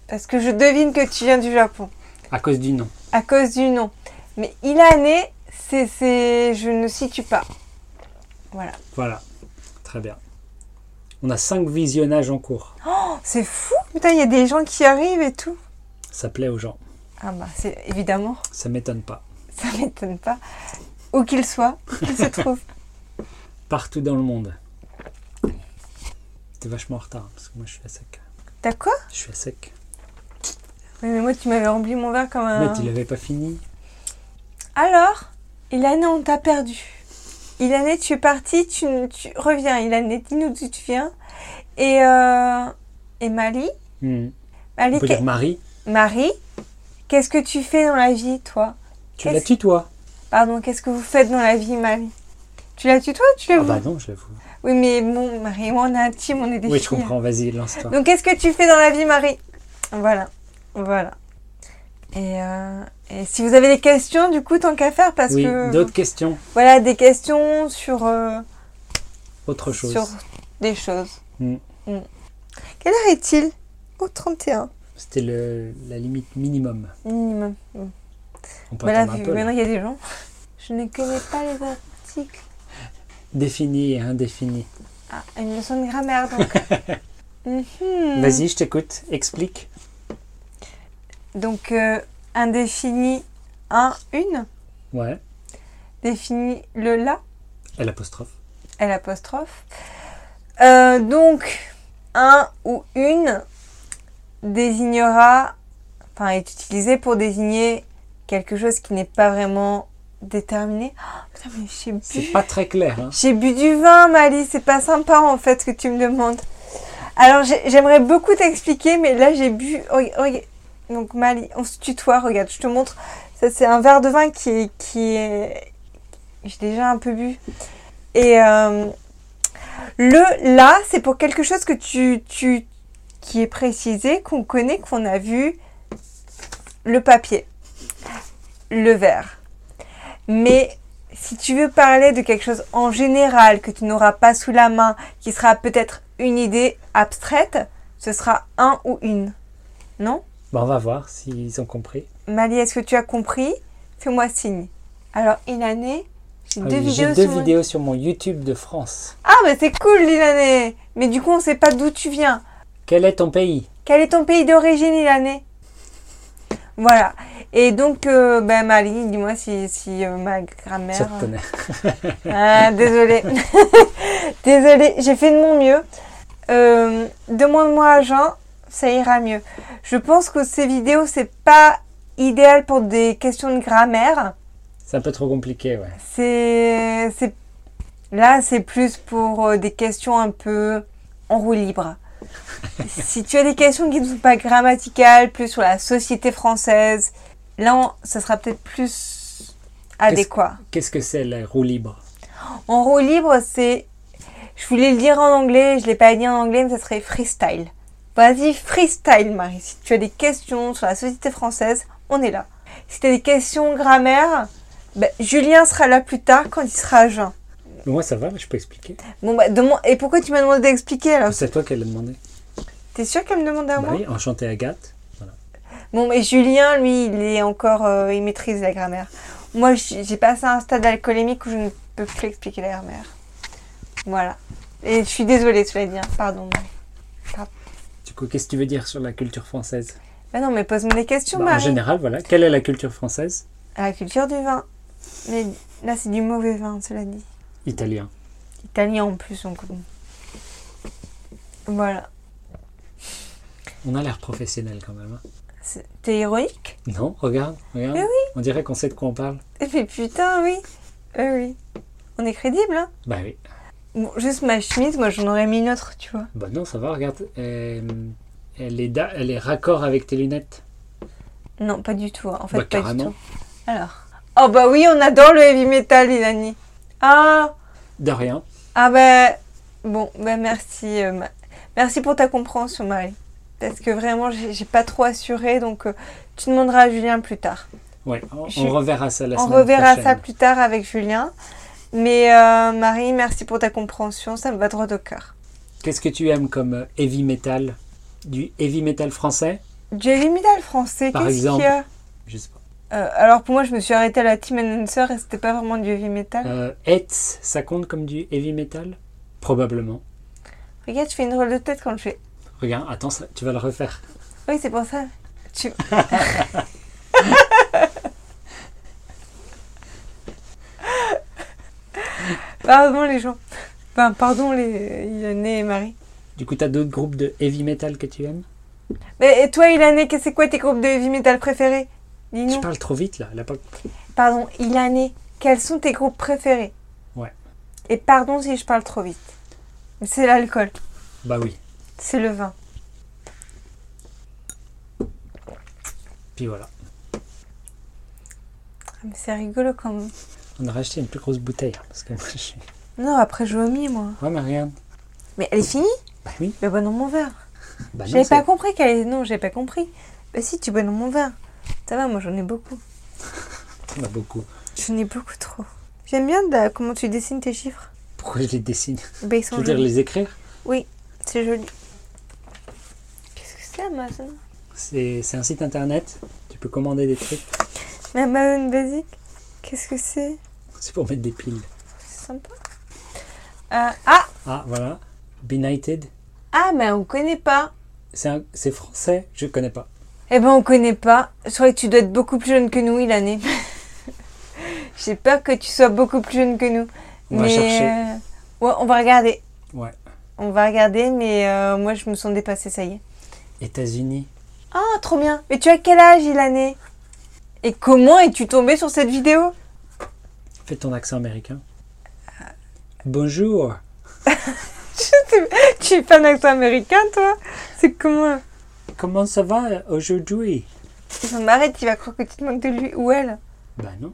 parce que je devine que tu viens du Japon.
À cause du nom.
à cause du nom. Mais Ilané, c'est, c'est, je ne situe pas. Voilà.
Voilà. Très bien. On a cinq visionnages en cours.
Oh, c'est fou, putain, il y a des gens qui arrivent et tout.
Ça plaît aux gens.
Ah bah, c'est évidemment,
Ça m'étonne pas.
ça m'étonne pas. Où qu'ils soient, où qu'ils se trouvent.
Partout dans le monde. T'es vachement en retard hein, parce que moi je suis à sec.
T'as quoi
Je suis à sec.
Oui, mais moi, tu m'avais rempli mon verre comme un.
Mais tu l'avais pas fini.
Alors, Ilané, on t'a perdu. Ilané, tu es parti, tu, ne- tu reviens. Ilané, dis-nous d'où tu viens. Et, euh, et Mali
Hmm.
Mali,
On peut
qu'est-
dire Marie.
Marie, qu'est-ce que tu fais dans la vie, toi
Tu
Qu'est-ce-
la tutoies.
Pardon, qu'est-ce que vous faites dans la vie, Marie Tu la tutoies, tu la
Ah
vois
bah non, je l'avoue.
Oui, mais bon, Marie et moi, on est intimes, on est des
Oui, je
filles.
comprends. Vas-y, lance-toi.
Donc, qu'est-ce que tu fais dans la vie, Marie Voilà, voilà. Et, euh, et si vous avez des questions, du coup, tant qu'à faire, parce
Oui,
que...
d'autres questions.
Voilà, des questions sur... euh,
Autre chose.
Sur des choses.
Mm.
Mm. Quelle heure est-il Oh, 31,
C'était le- la limite minimum.
minimum. Mm.
On peut
Voilà,
attendre un
vu-
peu. là.
maintenant, il y a des gens. Je ne connais pas les articles.
Défini et indéfini.
Ah, une leçon de grammaire, donc. Mhm.
Vas-y, je t'écoute. Explique.
Donc, euh, indéfini, un, une.
Ouais.
Défini, le la,
Et l'apostrophe.
L apostrophe. Euh, donc, un ou une désignera, enfin, est utilisé pour désigner quelque chose qui n'est pas vraiment déterminé. Oh, putain, mais j'ai bu.
C'est pas très clair. hein.
J'ai bu du vin, Mali, c'est pas sympa en fait que tu me demandes. Alors j'ai- j'aimerais beaucoup t'expliquer, mais là j'ai bu. reg- reg- Donc Mali, on se tutoie, regarde, je te montre. Ça c'est un verre de vin qui est. Qui est... J'ai déjà un peu bu. Et euh, le là, c'est pour quelque chose que tu, tu. qui est précisé, qu'on connaît, qu'on a vu. Le papier. Le verre. Mais si tu veux parler de quelque chose en général que tu n'auras pas sous la main, qui sera peut-être une idée abstraite, ce sera un ou une. Non
Bon, on va voir s'ils ont compris.
Mali, est-ce que tu as compris Fais-moi signe. Alors, Ilané, j'ai
Ah
deux
oui,
vidéos
J'ai deux
sur mon-
vidéos sur mon YouTube de France.
Ah, mais c'est cool, Ilané Mais du coup, on ne sait pas d'où tu viens.
Quel est ton pays
Quel est ton pays d'origine, Ilané Voilà. Et donc, euh, ben, Mali, dis-moi si, si euh, ma
Ça
grammaire...
te tonnerre.
Ah, désolée. désolée, j'ai fait de mon mieux. Euh, Demande-moi à Jean, ça ira mieux. Je pense que ces vidéos, c'est pas idéal pour des questions de grammaire.
C'est un peu trop compliqué, ouais.
C'est. c'est- Là, c'est plus pour euh, des questions un peu en roue libre. si tu as des questions qui ne sont pas grammaticales, plus sur la société française, là, on- ça sera peut-être plus adéquat.
Qu'est-ce que c'est la roue libre
En roue libre, c'est Je voulais le dire en anglais, je l'ai pas dit en anglais, mais ça serait freestyle. Vas-y, freestyle, Marie. Si tu as des questions sur la société française, on est là. Si tu as des questions grammaire, ben, Julien sera là plus tard quand il sera à jeun.
Moi, ça va, je peux expliquer.
Bon, bah, demande- Et pourquoi tu m'as demandé d'expliquer alors
C'est toi qui l'as demandé.
T'es sûr qu'elle me demande à
Bah
moi
oui, enchanté Agathe.
Bon, mais Julien, lui, il est encore. euh, il maîtrise la grammaire. Moi, j- j'ai passé un stade alcoolémique où je ne peux plus expliquer la grammaire. Voilà. Et je suis désolée, cela dit. hein. Pardon.
Du coup, qu'est-ce que tu veux dire sur la culture française
Mais Ah non, mais pose-moi des questions,
Bah, En
Marie.
général, voilà. Quelle est la culture française
La culture du vin. Mais là, c'est du mauvais vin, cela dit.
Italien.
Italien en plus, donc. bon. Voilà.
On a l'air professionnel quand même. hein.
C'est- T'es ironique
Non, regarde, regarde.
Eh
On dirait qu'on sait de quoi on parle.
Et puis Eh putain, oui. Oui, oui. On est crédible, hein
Bah oui.
Bon, juste ma chemise, moi, j'en aurais mis une autre, tu vois.
Bah non, ça va, regarde. Euh, elle, est da- elle est raccord avec tes lunettes.
Non, pas du tout. hein. En fait,
Bah,
pas
carrément.
du tout. Alors. Oh bah oui, on adore le heavy metal, Ilani. Ah,
De rien.
ah bah bon, bah merci, euh, Ma- merci pour ta compréhension, Marie. Parce que vraiment, j'ai j'ai pas trop assuré, donc euh, tu demanderas à Julien plus tard.
Ouais, on,
Je-
on reverra ça la
on
semaine
reverra ça
prochaine.
plus tard avec Julien. Mais euh, Marie, merci pour ta compréhension, ça me va droit au cœur.
Qu'est-ce que tu aimes comme euh, heavy metal Du heavy metal français
Du heavy metal français,
Par
qu'est-ce qu'il
exemple.
y a
Je sais pas.
Euh, Alors pour moi, je me suis arrêtée à la Team Announcer et c'était pas vraiment du heavy metal.
Euh, Hetz, ça compte comme du heavy metal Probablement.
Regarde, je fais une drôle de tête quand je fais
Regarde, attends, ça- tu vas le refaire.
Oui, c'est pour ça. Tu... pardon les gens. Enfin, pardon les Ilanais et Marie.
Du coup, t'as d'autres groupes de heavy metal que tu aimes
Mais et toi, Ilanais, que- c'est quoi tes groupes de heavy metal préférés
Je
Dis-nous.
parle trop vite là. elle a pas-
Pardon, Ilanais, quels sont tes groupes préférés
Ouais.
Et pardon si je parle trop vite. C'est l'alcool,
Bah oui.
c'est le vin.
Puis voilà.
Ah, mais C'est rigolo quand même.
On aurait acheté une plus grosse bouteille. hein, Parce que moi, je suis.
Non, après je vomis moi.
Ouais, mais regarde.
Mais elle est finie
Bah oui.
Mais bon, dans mon verre.
Bah non,
J'avais
c'est-
pas compris qu'elle est. Non, j'avais pas compris. Bah si, tu bois dans mon verre. Ça va, moi j'en ai beaucoup.
on a beaucoup.
J'en ai beaucoup trop. J'aime bien de- comment tu dessines tes chiffres.
Pourquoi je les dessine
Bah ils
Tu
sont
veux dire
jolis.
les écrire
C'est joli. Qu'est-ce que c'est Amazon
C'est c'est un site internet. Tu peux commander des trucs.
Mais Amazon Basic Qu'est-ce que c'est
C'est pour mettre des piles.
C'est sympa. Euh, ah
Ah, voilà. Benighted.
Ah, mais on connaît pas.
C'est un- c'est français Je connais pas.
Eh ben on connaît pas. Je crois que tu dois être beaucoup plus jeune que nous, Ilané. J'ai peur que tu sois beaucoup plus jeune que nous.
On va
Mais,
chercher.
euh, ouais, on va regarder.
Ouais.
On va regarder, mais euh, moi je me sens dépassée, ça y est.
États-Unis.
Ah, trop bien. Mais tu as quel âge, Ilané Et comment es-tu tombée sur cette vidéo
Fais ton accent américain. Bonjour.
Tu es pas un accent américain, toi C'est comment
Comment ça va aujourd'hui
Son mari, tu vas croire que tu te moques de lui ou elle.
Bah non.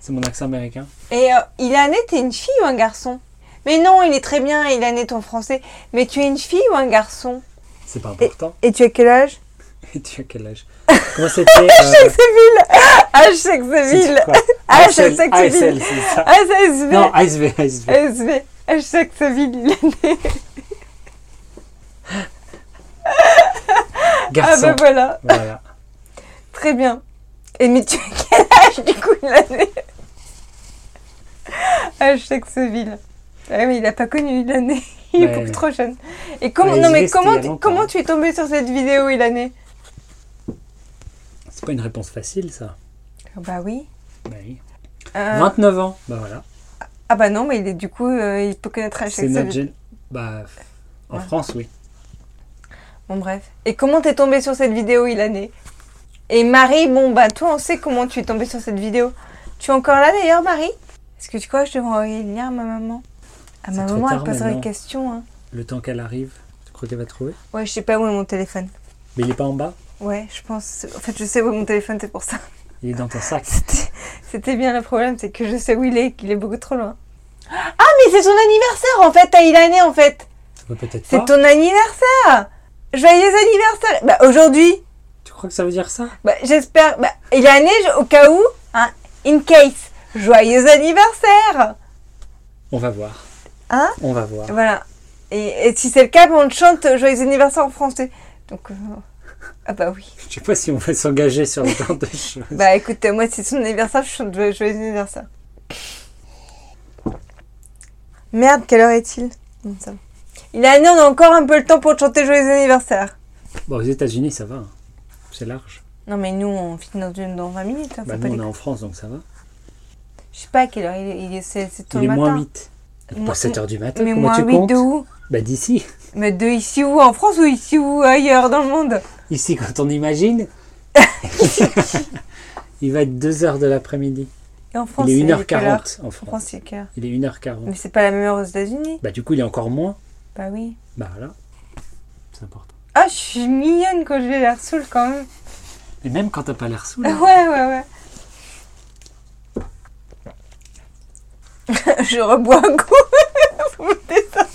C'est mon accent américain.
Et euh, Ilané, t'es une fille ou un garçon Mais non, il est très bien, Ilané, ton français. Mais tu es une fille ou un garçon
C'est pas important.
Et tu as quel âge Eh.
Et tu as quel âge Comment c'était euh,
Ah, je sais que c'est
c'est
ville.
quoi
Ah, je sais que
ASL,
c'est
ASL,
ville.
c'est ça.
Ah, c'est SV.
Non, ASV, ASV.
SV. Ah, je sais que c'est ville, Ilané. Ah,
Garçon.
bah voilà.
Voilà.
Très bien. Et mais tu as quel âge du coup l'année Ah, je sais que c'est vil. Ah oui, il n'a pas connu l'année. Il est
Ouais.
beaucoup trop jeune. Et comment,
Ouais,
non
il
mais
existait il y
comment,
a
tu-
longtemps,
comment
hein.
tu es tombé sur cette vidéo, Ilané
C'est pas une réponse facile, ça.
Ah Bah oui.
Bah oui.
Euh,
29 ans. Bah voilà.
ah bah non, mais il est du coup, euh, il peut connaître à
C'est
chaque
notre
ville.
gén- Bah, en
Ouais.
France, oui.
Bon bref. Et comment t'es tombé sur cette vidéo, Ilané Et Marie, bon bah toi, on sait comment tu es tombé sur cette vidéo. Tu es encore là d'ailleurs, Marie Est-ce que tu crois que je devrais envoyer le lien à ma maman À
C'est
ma
trop
maman, elle
tard
posera des
maintenant.
questions. Hein.
Le temps qu'elle arrive, tu crois qu'elle va trouver
Ouais, je sais pas où est mon téléphone.
Mais il est pas en bas.
Ouais, je pense. En fait, je sais où est mon téléphone, c'est pour ça.
Il est dans ton sac.
C'était- C'était bien le problème, c'est que je sais où il est, qu'il est beaucoup trop loin. Ah, Mais c'est son anniversaire en fait, Aïlané en fait.
Ça veut peut-être
C'est
pas.
ton anniversaire. Joyeux anniversaire. Bah aujourd'hui.
Tu crois que ça veut dire ça
Bah, j'espère. Bah, il y a un neige au cas où, hein, in case. Joyeux anniversaire
On va voir.
Hein
On va voir.
Voilà. Et, et si c'est le cas, on te chante Joyeux anniversaire en français. Donc. euh, Ah bah oui.
Je sais pas si on va s'engager sur le genre de choses.
Bah écoute, euh, moi c'est son anniversaire, je chante Joyeux Joyeux anniversaire. Merde, quelle heure est-il Non, ça va. Il y a un an, on a encore un peu le temps pour te chanter Joyeux anniversaire.
Bon, aux États-Unis, ça va. hein. C'est large.
Non mais nous, on finit dans, une- dans 20 minutes. hein, faut pas
Bah, nous, on est
déconner.
en France, donc ça va.
Je sais pas à quelle heure il est, il est- c'est c'est tôt le
Il est
matin.
moins 8.
Moins-
Pas 7 heures du matin.
Mais
Comment
moins
tu
8
comptes
de où
Bah, d'ici.
Mais de ici où En France ou ici ou ailleurs dans le monde
Ici, quand on imagine. Il va être 2 heures de l'après-midi.
Et en France,
Il est
c'est quelle heure
1h40 en
En
France.
France, c'est quelle heure
Il est 1h40.
Mais c'est pas la même heure aux États-Unis
Bah, du coup, il est encore moins.
Bah oui.
Bah, là. C'est important.
Ah, je suis mignonne quand j'ai l'air saoule quand même.
Et même quand t'as pas l'air saoul. hein.
Ah Ouais, ouais, ouais. je rebois un coup. Vous me détendez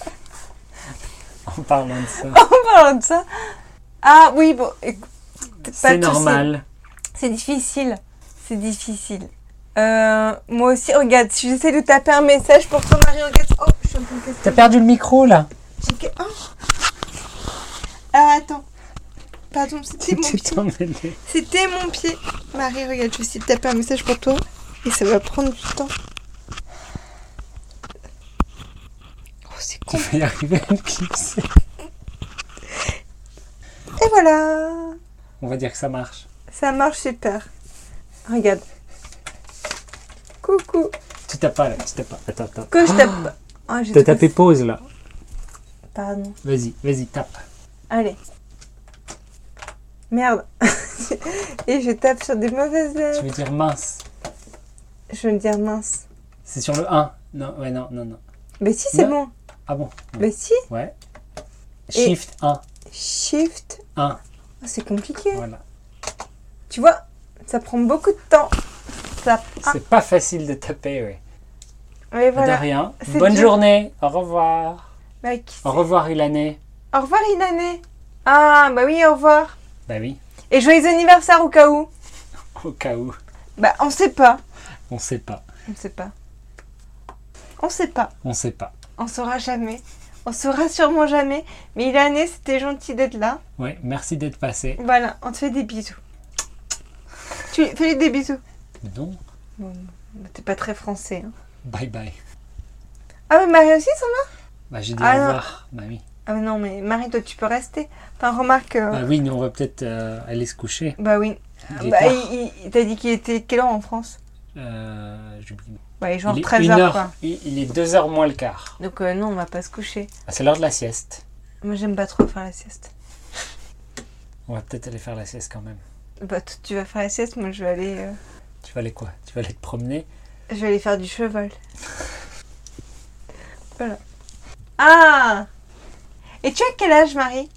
En parlant de ça.
en parlant de ça. Ah oui, bon, écoute, pas
C'est
de soucis.
normal.
C'est difficile. C'est difficile. Euh, moi aussi, regarde, si j'essaie de taper un message pour ton mari, regarde. Oh, je suis en train de casser.
T'as perdu le micro, là
J'ai que- Oh. Ah, attends. Pardon, c'était mon
Tu
pied.
t'es emmêlé.
C'était mon pied. Marie, regarde, je vais essayer de taper un message pour toi. Et ça va prendre du temps. Oh, c'est
Tu
con.
vas y arriver à le clipser.
Et voilà.
On va dire que ça marche.
Ça marche super. Regarde. Coucou.
Tu tapes pas, là. Tu tapes pas. Attends, attends.
Que je tape. Ah, j'ai
T'as
tapé.
tapé pause, là.
Pardon.
Vas-y, vas-y, tape.
Allez. Merde. Et je tape sur des mauvaises
Tu
lettres.
veux dire mince.
Je veux dire mince.
C'est sur le 1. Non, ouais, non, non, non.
Mais si, c'est
Non.
bon.
Ah bon non.
Mais si.
Ouais.
Et-
Shift 1.
Shift.
1.
Oh, c'est compliqué.
Voilà.
Tu vois, ça prend beaucoup de temps. Ça. Ah,
C'est pas facile de taper, ouais.
mais
De
voilà.
rien.
C'est
Bonne
dur.
journée. Au revoir.
Mais qui-
Au revoir, Ilané.
Au revoir, Inané. Ah, bah oui, au revoir.
Bah oui,
Et joyeux anniversaire au cas où.
au cas où.
Bah, on sait pas.
On sait pas.
On sait pas. On sait pas.
On sait pas.
On saura jamais. On saura sûrement jamais. Mais Inané, c'était gentil d'être là.
Ouais, merci d'être passé.
Voilà, on te fait des bisous. Tu fais des bisous. Bah,
Donc,
T'es pas très français. hein.
bye bye.
Ah mais Marie aussi ça va
Bah j'ai dit
Ah
au
non.
revoir. Bah oui.
Ah mais non mais Marie toi tu peux rester. Enfin remarque. euh,
Bah oui, nous on va peut-être euh, aller se coucher.
Bah oui.
J'ai
Bah,
tard.
il, il- t'as dit qu'il était quelle heure en France
Euh, j'oublie.
Bah genre
il est
13
une
heures
heure-
quoi.
il il est 2 heures moins le quart.
Donc euh, non on va pas se coucher.
Ah, c'est l'heure de la sieste.
Moi j'aime pas trop faire la sieste.
On va peut-être aller faire la sieste quand même.
Bah toi tu vas faire la sieste, moi je vais aller, euh,
Tu vas aller quoi Tu vas aller te promener
je vais aller faire du cheval. voilà. Ah Et tu as quel âge Marie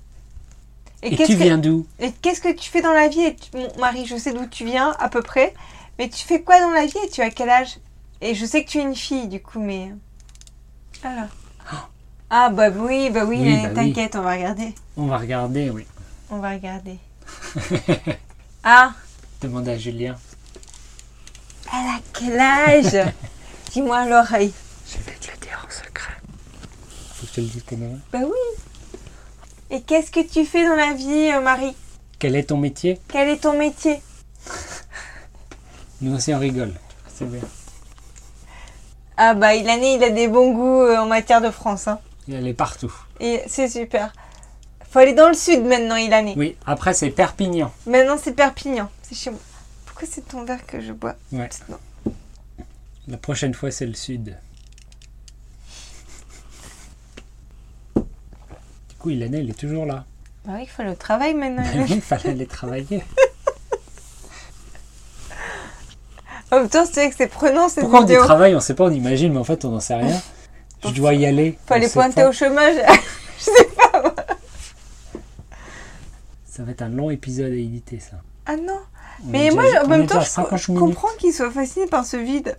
Et,
qu'est-ce
tu
que-
viens d'où
Et qu'est-ce que tu fais dans la vie et tu- Bon, Marie, je sais d'où tu viens à peu près, mais tu fais quoi dans la vie et tu as quel âge Et je sais que tu es une fille du coup, mais. Alors. Ah bah oui, bah oui,
Oui,
euh,
bah oui.
t'inquiète, on va regarder.
On va regarder, oui.
On va regarder. ah,
Demande à Julien.
elle a quel âge Dis-moi à l'oreille.
Je vais te le dire en secret. Faut que je te le dise quand même.
Bah oui. Et qu'est-ce que tu fais dans la vie, euh, Marie
Quel est ton métier
Quel est ton métier
Nous aussi on rigole. C'est bien.
Ah bah, Ilané, il a des bons goûts euh, en matière de France, hein.
Il allait partout.
Et c'est super. Faut aller dans le sud maintenant, Ilané.
Oui, après c'est Perpignan.
Maintenant, c'est Perpignan. C'est chez moi. Pourquoi c'est ton verre que je bois
Ouais.
Non.
La prochaine fois, c'est le sud. Du coup, Ilané, elle est toujours là.
Bah oui, il faut le travail maintenant.
Mais oui, il fallait aller travailler.
en même temps, c'est vrai que c'est prenant cette
Pourquoi on dit
vidéo.
travail On sait pas, on imagine, mais en fait, on n'en sait rien. Je dois y aller.
Faut
on
aller
sait
pointer
pas.
au chômage.
Ça va être un long épisode à éditer, ça.
ah non.
On est
Mais
déjà-
moi,
on
en
est
même
déjà
temps,
à
je,
50
je
minutes.
comprends qu'il soit fasciné par ce vide.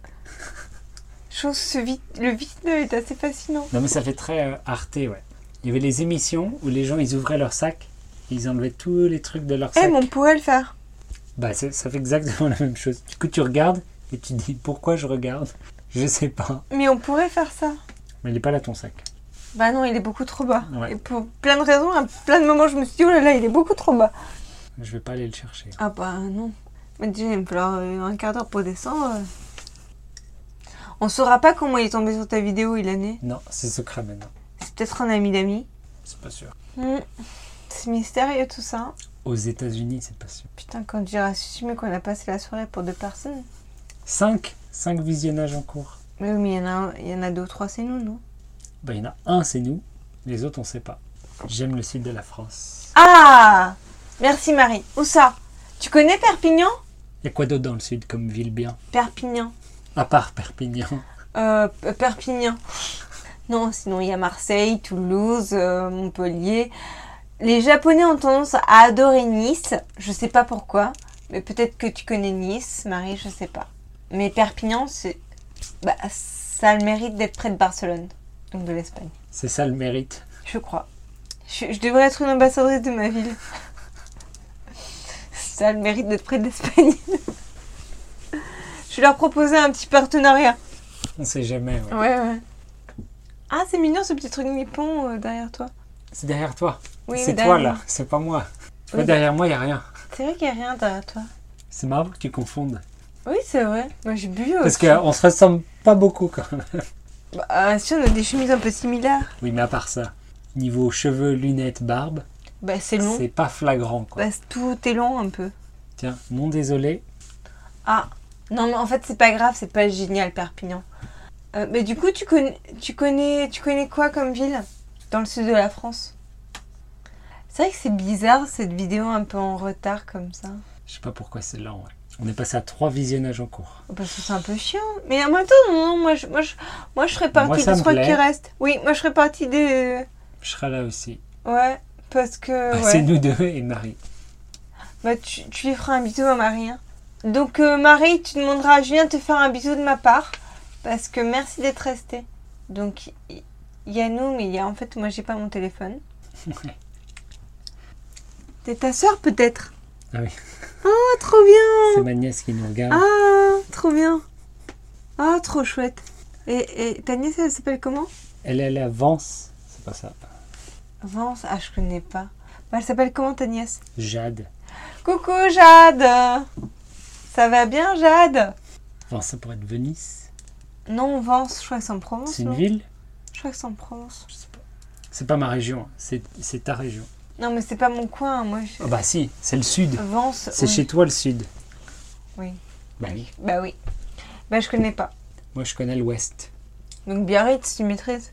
Je chose se vit. Le vide est assez fascinant.
Non, mais ça fait très euh, Arte, ouais. Il y avait les émissions où les gens, ils ouvraient leur sac, ils enlevaient tous les trucs de leur
Eh,
sac.
mais on pourrait le faire.
Bah, c'est- ça fait exactement la même chose. Du coup, tu regardes et tu dis pourquoi je regarde Je sais pas.
Mais on pourrait faire ça.
Mais il est pas là ton sac.
Bah non, il est beaucoup trop bas.
Ouais.
Et pour plein de raisons, à plein de moments, je me suis dit, oh là là, il est beaucoup trop bas.
Je vais pas aller le chercher.
Ah bah non. Mais déjà, il me falloir euh, un quart d'heure pour descendre. euh. On saura pas comment il est tombé sur ta vidéo, Ilané.
Non, c'est secret maintenant.
C'est peut-être un ami d'amis.
C'est pas sûr.
Hmm. C'est mystérieux tout ça.
Aux États-Unis, c'est pas sûr.
Putain, quand j'ai assumé qu'on a passé la soirée pour deux personnes.
5 5 visionnages en cours.
Mais oui, mais il y en a, un- il y en a deux ou trois, c'est nous, non
Bah, il y en a un, c'est nous. Les autres, on sait pas. J'aime le sud de la France.
Ah Merci Marie. Où ça Tu connais Perpignan
Il y a quoi d'autre dans le sud comme ville bien
Perpignan.
À part Perpignan.
Euh, P- Perpignan. Non, sinon il y a Marseille, Toulouse, euh, Montpellier. Les Japonais ont tendance à adorer Nice. Je sais pas pourquoi, mais peut-être que tu connais Nice, Marie, je sais pas. Mais Perpignan, c'est, bah, ça a le mérite d'être près de Barcelone, donc de l'Espagne.
C'est ça le mérite.
Je crois. Je, je devrais être une ambassadrice de ma ville. Ça a le mérite d'être près de l'Espagne. je vais leur proposer un petit partenariat.
On sait jamais. ouais.
Ouais, ouais. Ah, c'est mignon ce petit truc nippon euh, derrière toi.
C'est derrière toi.
Oui,
c'est
oui,
toi
derrière.
là, c'est pas moi. Tu
Oui.
vois, derrière moi, il n'y a rien.
C'est vrai qu'il n'y a rien derrière toi.
C'est marrant que tu confondes.
Oui, c'est vrai. Moi, j'ai bu. euh,
Parce
aussi.
qu'on se ressemble pas beaucoup quand même.
Bah, euh, si, on a des chemises un peu similaires.
Oui, mais à part ça, niveau cheveux, lunettes, barbe,
Bah, c'est long.
c'est pas flagrant quoi.
Bah, c'est- tout est long un peu.
Tiens, mon désolé,
Ah, non, mais en fait, c'est pas grave, c'est pas génial, Perpignan. Euh, mais du coup, tu connais, tu, connais, tu connais quoi comme ville dans le sud de la France C'est vrai que c'est bizarre cette vidéo un peu en retard comme ça.
je sais pas pourquoi c'est là. ouais. On est passé à trois visionnages en cours.
Oh, Parce que c'est un peu chiant. Mais en même temps, non, non, moi, je, moi, je, moi je serais
Moi,
partie
ça
des
me
trois qui
plaît.
restent. Oui, moi je serais partie des.
Je serai là aussi.
Ouais, parce que.
Bah,
ouais.
C'est nous deux et Marie.
Bah, tu, tu lui feras un bisou à Marie. hein. Donc, euh, Marie, tu demanderas à Julien de te faire un bisou de ma part. Parce que merci d'être resté. Donc, il y, y a nous, mais il y a en fait, moi, j'ai pas mon téléphone.
Ouais.
T'es ta soeur, peut-être
Ah oui.
Ah, trop bien
C'est ma nièce qui nous regarde.
Ah, trop bien Ah, trop chouette Et, et ta nièce, elle s'appelle comment
Elle, elle avance. C'est pas ça.
Vance Ah, je connais pas. Bah, elle s'appelle comment ta nièce
Jade.
Coucou Jade Ça va bien, Jade
Enfin, ça pourrait être Venise.
Non, Vence, je crois que c'est en Provence.
C'est une
non
ville
Je crois que c'est en Provence.
Je sais pas. C'est pas ma région, hein. c'est c'est ta région.
Non, mais c'est pas mon coin, hein, moi. Je...
Ah bah si, c'est le sud.
Vence.
C'est
Ah, oui.
chez toi le sud.
Oui.
Bah oui.
Bah oui. Bah je connais pas.
Moi je connais l'ouest,
Donc Biarritz, tu maîtrises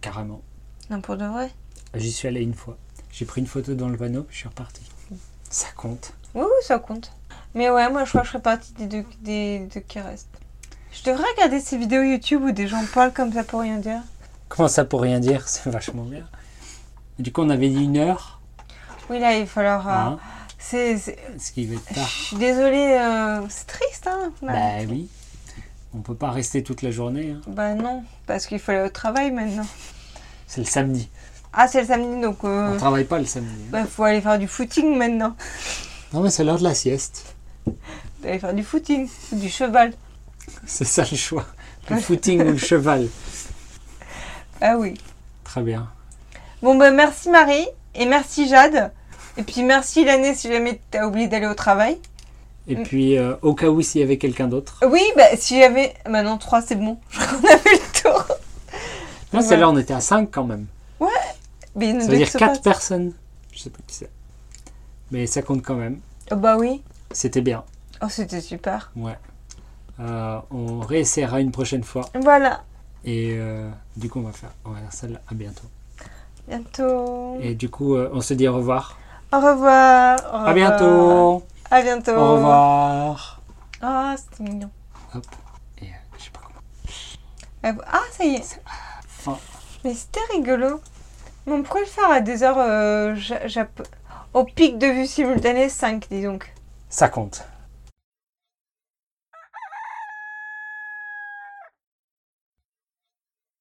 carrément.
Non, pour de vrai.
J'y suis allé une fois. J'ai pris une photo dans le panneau, je suis reparti. Ça compte.
Oui, oui, ça compte. Mais ouais, moi je crois que je ferais partie des deux, des deux qui restent. Je devrais regarder ces vidéos YouTube où des gens parlent comme ça pour rien dire.
Comment ça pour rien dire C'est vachement bien. Du coup on avait dit une heure,
Oui, là, il va falloir... euh,
hein,
c'est, c'est-
ce qui va être
Je
tard.
suis désolée, euh, c'est triste, hein Bah,
Ah. Bah oui. On peut pas rester toute la journée. hein.
bah non, parce qu'il faut aller au travail maintenant.
C'est le samedi.
Ah, c'est le samedi, donc... euh,
On travaille pas le samedi. hein.
Bah, faut aller faire du footing maintenant.
Non mais c'est l'heure de la sieste.
Faut aller faire du footing, ou du cheval.
C'est ça le choix. Le footing ou le cheval.
Ah oui.
Très bien.
Bon, bah, merci Marie, et merci Jade. Et puis merci l'année si jamais t'as oublié d'aller au travail. Mm.
Et puis euh, au cas où s'il y avait quelqu'un d'autre.
Oui, bah, si j'avais. Maintenant, 3, c'est bon. Je crois qu'on a fait le tour.
Là c'est là on était à 5 quand même.
Mais il y en a
Ça
deux
veut dire
qui se
4 personnes. Je sais pas qui c'est. Mais ça compte quand même.
passent. Oh, bah oui.
C'était bien.
Oh, c'était super.
Ouais. Euh, on réessayera une prochaine fois.
Voilà.
Et euh, du coup, on va faire, on va faire celle-là. À bientôt.
Bientôt.
Et du coup, euh, on se dit au revoir.
Au revoir. Au
À
revoir.
bientôt.
À bientôt.
Au revoir.
Ah, c'était mignon.
Hop. Et euh, je sais pas comment.
Ah, ça y est.
Fin.
Mais c'était rigolo. Mais on pourrait le faire à des heures euh, ja- japo- au pic de vue simultanée 5, dis donc.
Ça compte.